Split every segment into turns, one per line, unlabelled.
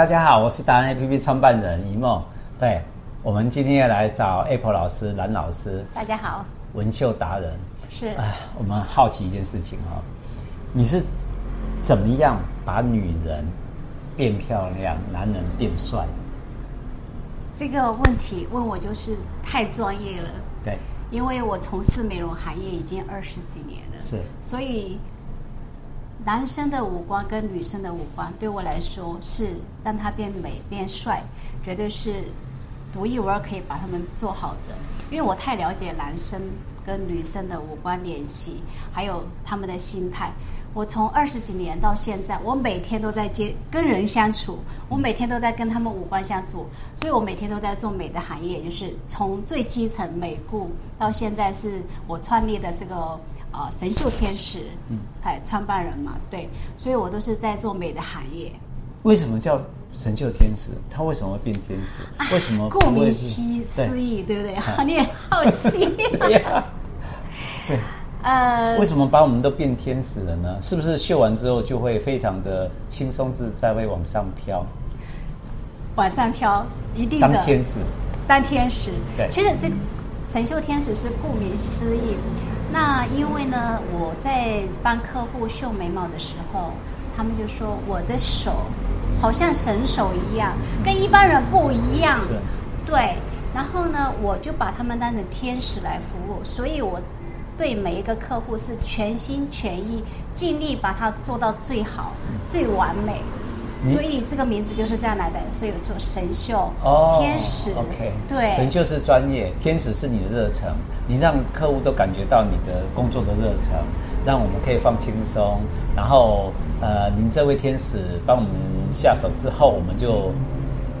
大家好，我是达人 APP 创办人一梦。对，我们今天要来找 Apple 老师、蓝老师、
大家好，
文秀达人。
是
哎，我们好奇一件事情哈、哦，你是怎么样把女人变漂亮，男人变帅？
这个问题问我就是太专业了，
对，
因为我从事美容行业已经二十几年了，
是
所以男生的五官跟女生的五官对我来说是让他变美变帅，绝对是独一无二可以把他们做好的，因为我太了解男生跟女生的五官联系，还有他们的心态。我从二十几年到现在，我每天都在接跟人相处，我每天都在跟他们五官相处，所以我每天都在做美的行业，就是从最基层美顾到现在是我创立的这个呃神秀天使，嗯，哎，创办人嘛，对，所以我都是在做美的行业。
为什么叫神救天使？他为什么会变天使？为什么
啊 顾
不会
名
是
思思
对
义，对不对？
哎
你也好奇，
对呀、对，
呃
为，什么把我们都变天使了呢？是不是秀完之后就会非常的轻松自在，会往上飘，
往上飘，一定的
当天使？
当天使。
对
其实这个神秀天使是顾名思义。那因为呢，我在帮客户秀眉毛的时候，他们就说我的手好像神手一样，跟一般人不一样。
是
对，然后呢，我就把他们当成天使来服务，所以我对每一个客户是全心全意，尽力把它做到最好、
嗯
最完美。
你
所以这个名字就是这样来的，所以我做神秀天使
哦，OK，
对，
神就是专业，天使是你的热忱，你让客户都感觉到你的工作的热忱，让我们可以放轻松。然后，呃，您这位天使帮我们下手之后，我们就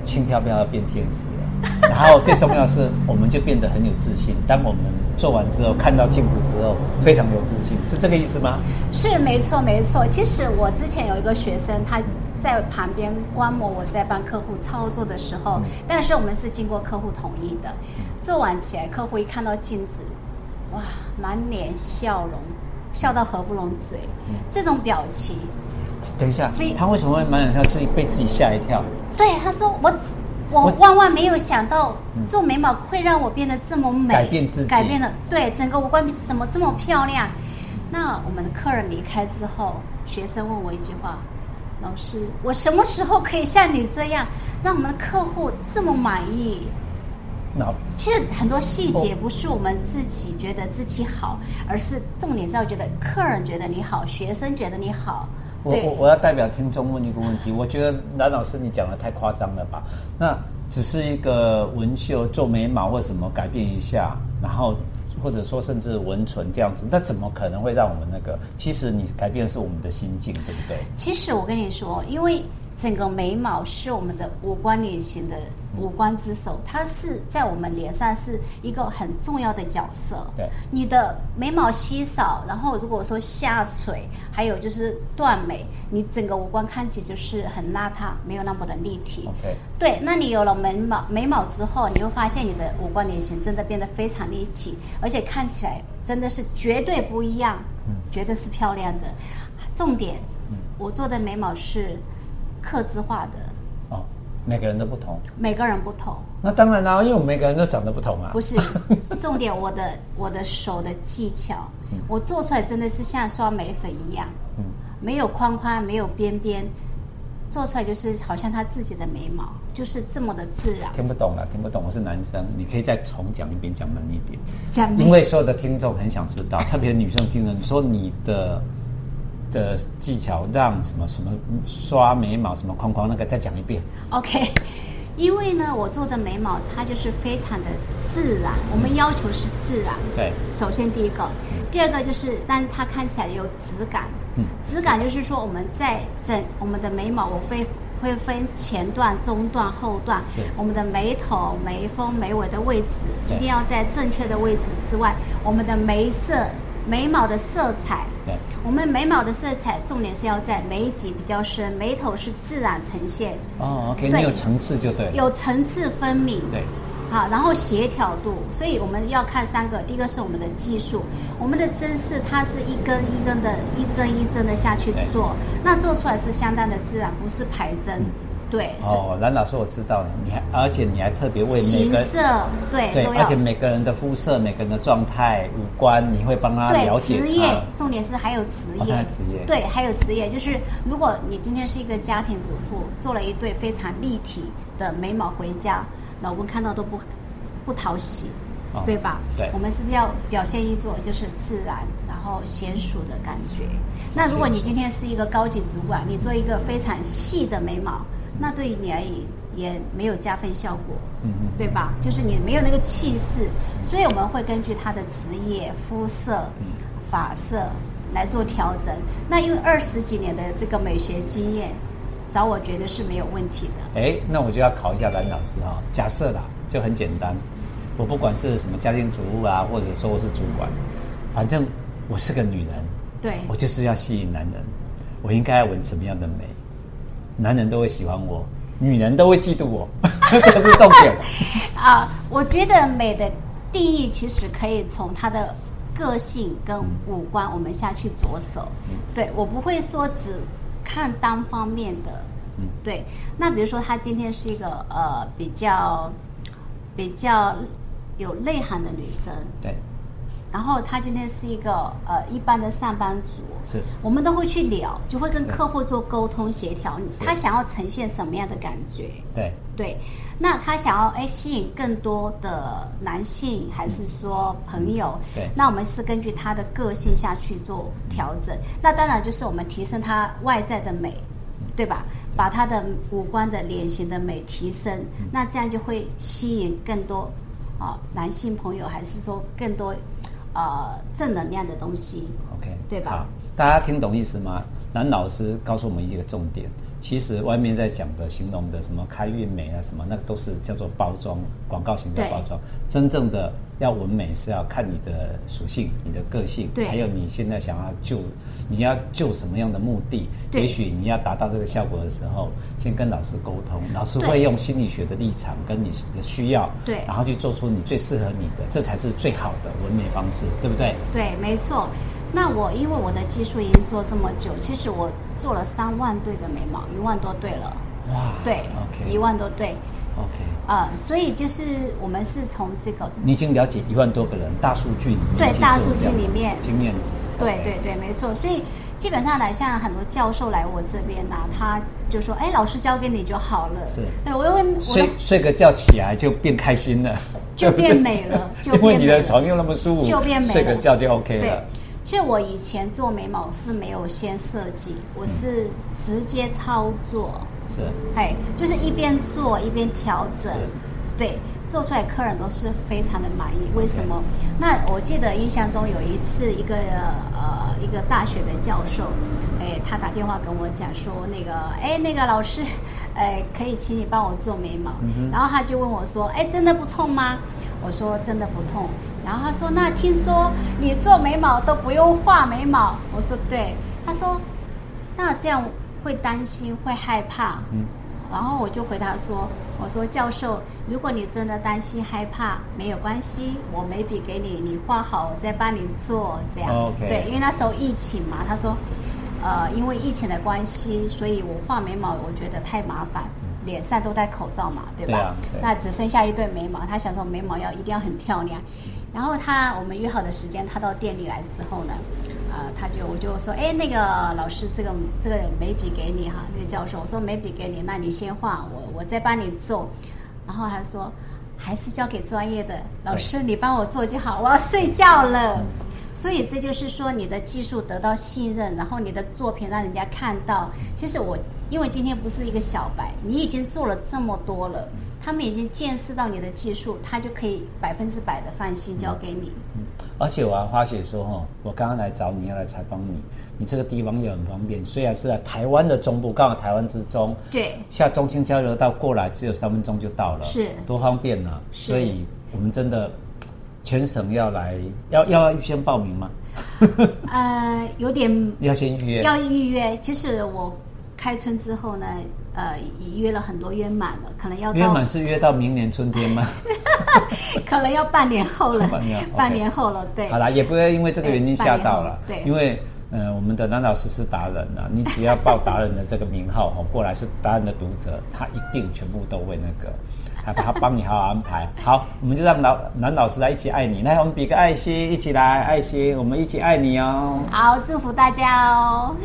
轻飘飘的变天使了。 然后最重要是，我们就变得很有自信。当我们做完之后，看到镜子之后，非常有自信，是这个意思吗？
是没错没错。其实我之前有一个学生，他在旁边观摩我在帮客户操作的时
嗯
候，但是我们是经过客户同意的。做完起来，客户一看到镜子，哇，满脸笑容，笑到合不拢嘴，
嗯
这种表情。
等一下
非，
他为什么会满脸笑？是被自己吓一跳。
对，他说我只。我
我嗯
万万没有想到，做眉毛会让我变得这么美，
改变自己
改变了对整个五官怎么这么漂亮？那我们的客人离开之后，学生问我一句话：“老师，我什么时候可以像你这样，让我们的客户这么满意？”
那
其实很多细节
哦
不是我们自己觉得自己好，而是重点是要觉得客人觉得你好，学生觉得你好。
我
对
我我要代表听众问一个问题，我觉得蓝老师你讲的太夸张了吧？那只是一个纹绣、做眉毛或什么改变一下，然后或者说甚至纹唇这样子，那怎么可能会让我们那个？其实你改变的是我们的心境，对不对？
其实我跟你说，因为整个眉毛是我们的五官脸型的五官之首，它是在我们脸上是一个很重要的角色。
对
你的眉毛稀少，然后如果说下垂，还有就是断眉，你整个五官看起就是很邋遢，没有那么的立体。
OK
对，那你有了眉毛眉毛之后，你会发现你的五官脸型真的变得非常立体，而且看起来真的是绝对不一样，绝对是漂亮的。重点，我做的眉毛是刻字化的，
哦，每个人都不同。
每个人不同。
那当然啦、因为我们每个人都长得不同啊。
不是，重点我的我的手的技巧，我做出来真的是像刷眉粉一样，没有框框，没有边边，做出来就是好像他自己的眉毛，就是这么的自然。
听不懂了，听不懂。我是男生，你可以再重讲一遍，讲慢一点。
讲眉
因为所有的听众很想知道， 特别女生听众，你说你的的技巧让什么什么刷眉毛什么框框那个再讲一遍，
OK，因为呢，我做的眉毛它就是非常的自然，我们要求是自然。
对，
首先第一个，第二个就是让它看起来有质感。
嗯
质感就是说我们在整我们的眉毛，我会会分前段、中段、后段
是，
我们的眉头、眉峰、眉尾的位置
对
一定要在正确的位置之外，我们的眉色、眉毛的色彩。
对，
我们眉毛的色彩重点是要在眉脊比较深，眉头是自然呈现，
哦，OK，
对
你有层次就对了，
有层次分明。
对，
好，然后协调度，所以我们要看三个，第一个是我们的技术，我们的针是它是一根一根的，一针一针的下去做，那做出来是相当的自然，不是排针。对，
哦，兰老师，我知道了，你还而且你还特别为每
形
个
色对
对，
都
而
要
且每个人的肤色、每个人的状态、五官，你会帮他了
对
解
职业
他。，
重点是还有职
哦
业，
他还职业
对，还有职业，就是如果你今天是一个家庭主妇，做了一对非常立体的眉毛回家，老公看到都不不讨喜，
哦
对吧？
对
我们是不是要表现一种就是自然，然后娴熟的感觉？那如果你今天是一个高级主管，你做一个非常细的眉毛，那对于你而言也没有加分效果。
嗯嗯
对吧？就是你没有那个气势，所以我们会根据他的职业、肤色、发色来做调整。那因为二十几年的这个美学经验，找我觉得是没有问题的。
哎，那我就要考一下兰老师哈、假设啦，就很简单，我不管是什么家庭主妇啊，或者说我是主管，反正我是个女人，
对，
我就是要吸引男人，我应该要纹什么样的眉，男人都会喜欢我，女人都会嫉妒我， 这是重点。
啊、我觉得美的定义其实可以从她的个性跟五官我们下去着手。
嗯
对我不会说只看单方面的。
嗯
对，那比如说她今天是一个呃比较比较有内涵的女生，
对，
然后她今天是一个呃一般的上班族，
是
我们都会去聊，就会跟客户做沟通协调，
是
她想要呈现什么样的感觉？
对，
对，那他想要哎吸引更多的男性，还是说朋友？
对
那我们是根据他的个性下去做调整。那当然就是我们提升他外在的美，对吧？把他的五官的脸型的美提升，那这样就会吸引更多啊、男性朋友，还是说更多呃正能量的东西？
OK，
对吧
好？大家听懂意思吗？南老师告诉我们一个重点，其实外面在讲的、形容的什么开运美啊，什么那个都是叫做包装、广告型的
对
包装。真正的要纹美是要看你的属性、你的个性，
对
还有你现在想要救，你要救什么样的目的？
对
也许你要达到这个效果的时候，先跟老师沟通，老师
对
会用心理学的立场跟你的需要，
对
然后去做出你最适合你的，这才是最好的纹美方式，对不对？
对，没错。那我因为我的技术已经做这么久，其实我做了三万对的眉毛，一万多对了，
哇，
对
，OK，
一万多对，
OK，
呃，所以就是我们是从这个，
你已经了解一万多个人，大数据里面
对
已经
大
是有
数据
这样的
里面
经验值，
对对对，没错。所以基本上来，像很多教授来我这边呢、他就说，哎，老师交给你就好了。
是
对，我又问，我
睡
都
睡个觉起来就变开心了，
就 变美了就
因为你
变美
的
了
床又那么舒服，
就变美了
睡个觉就 OK
对
了。，
其实我以前做眉毛是没有先设计，我是直接操作。
是，
哎，就是一边做一边调整
是，
对，做出来客人都是非常的满意。为什么？那我记得印象中有一次，一个呃一个大学的教授，哎，他打电话跟我讲说，那个哎那个老师，哎，可以请你帮我做眉毛。然后他就问我说，哎，真的不痛吗？我说真的不痛。然后他说，那听说你做眉毛都不用画眉毛？我说对。他说，那这样会担心，会害怕。
嗯，
然后我就回答说：“我说教授，如果你真的担心害怕，没有关系，我眉笔给你，你画好，我再帮你做。”这样
哦 OK
对，因为那时候疫情嘛，他说，呃，因为疫情的关系，所以我画眉毛我觉得太麻烦，脸上都戴口罩嘛，对
嗯
吧？
对啊对
那只剩下一对眉毛，他想说眉毛要一定要很漂亮。然后他我们约好的时间，他到店里来之后呢，呃，他就我就说，哎，那个老师，这个这个眉笔给你哈，那个教授，我说眉笔给你，那你先画，我我再帮你做。然后他说，还是交给专业的老师，你帮我做就好，我要睡觉了。所以这就是说，你的技术得到信任，然后你的作品让人家看到。其实我因为今天不是一个小白，你已经做了这么多了，他们已经见识到你的技术，他就可以百分之百的放心交给你。
嗯而且我还花姐说哈，我刚刚来找你要来采访你，你这个地方也很方便，虽然是在台湾的中部，刚好台湾之中，
对，
下中心交流道过来只有三分钟就到了，
是
多方便啊！
是
所以我们真的全省要来，要要预先报名吗？
呃，有点
要先预约？
要预约。其实我开春之后呢，呃，已约了很多约满了，可能要
约
到
满是约到明年春天吗？
可能要半年后 了，
半年 OK
半年后了，对。
好啦，也不会因为这个原因吓到了，
对半年后对
因为呃，我们的男老师是达人啊， 你只要报达人的这个名号哦，过来是达人的读者，他一定全部都会那个，他他帮你好好安排。好，我们就让老男老师来一起爱你，来，我们比个爱心，一起来，爱心，我们一起爱你哦。
好，祝福大家哦。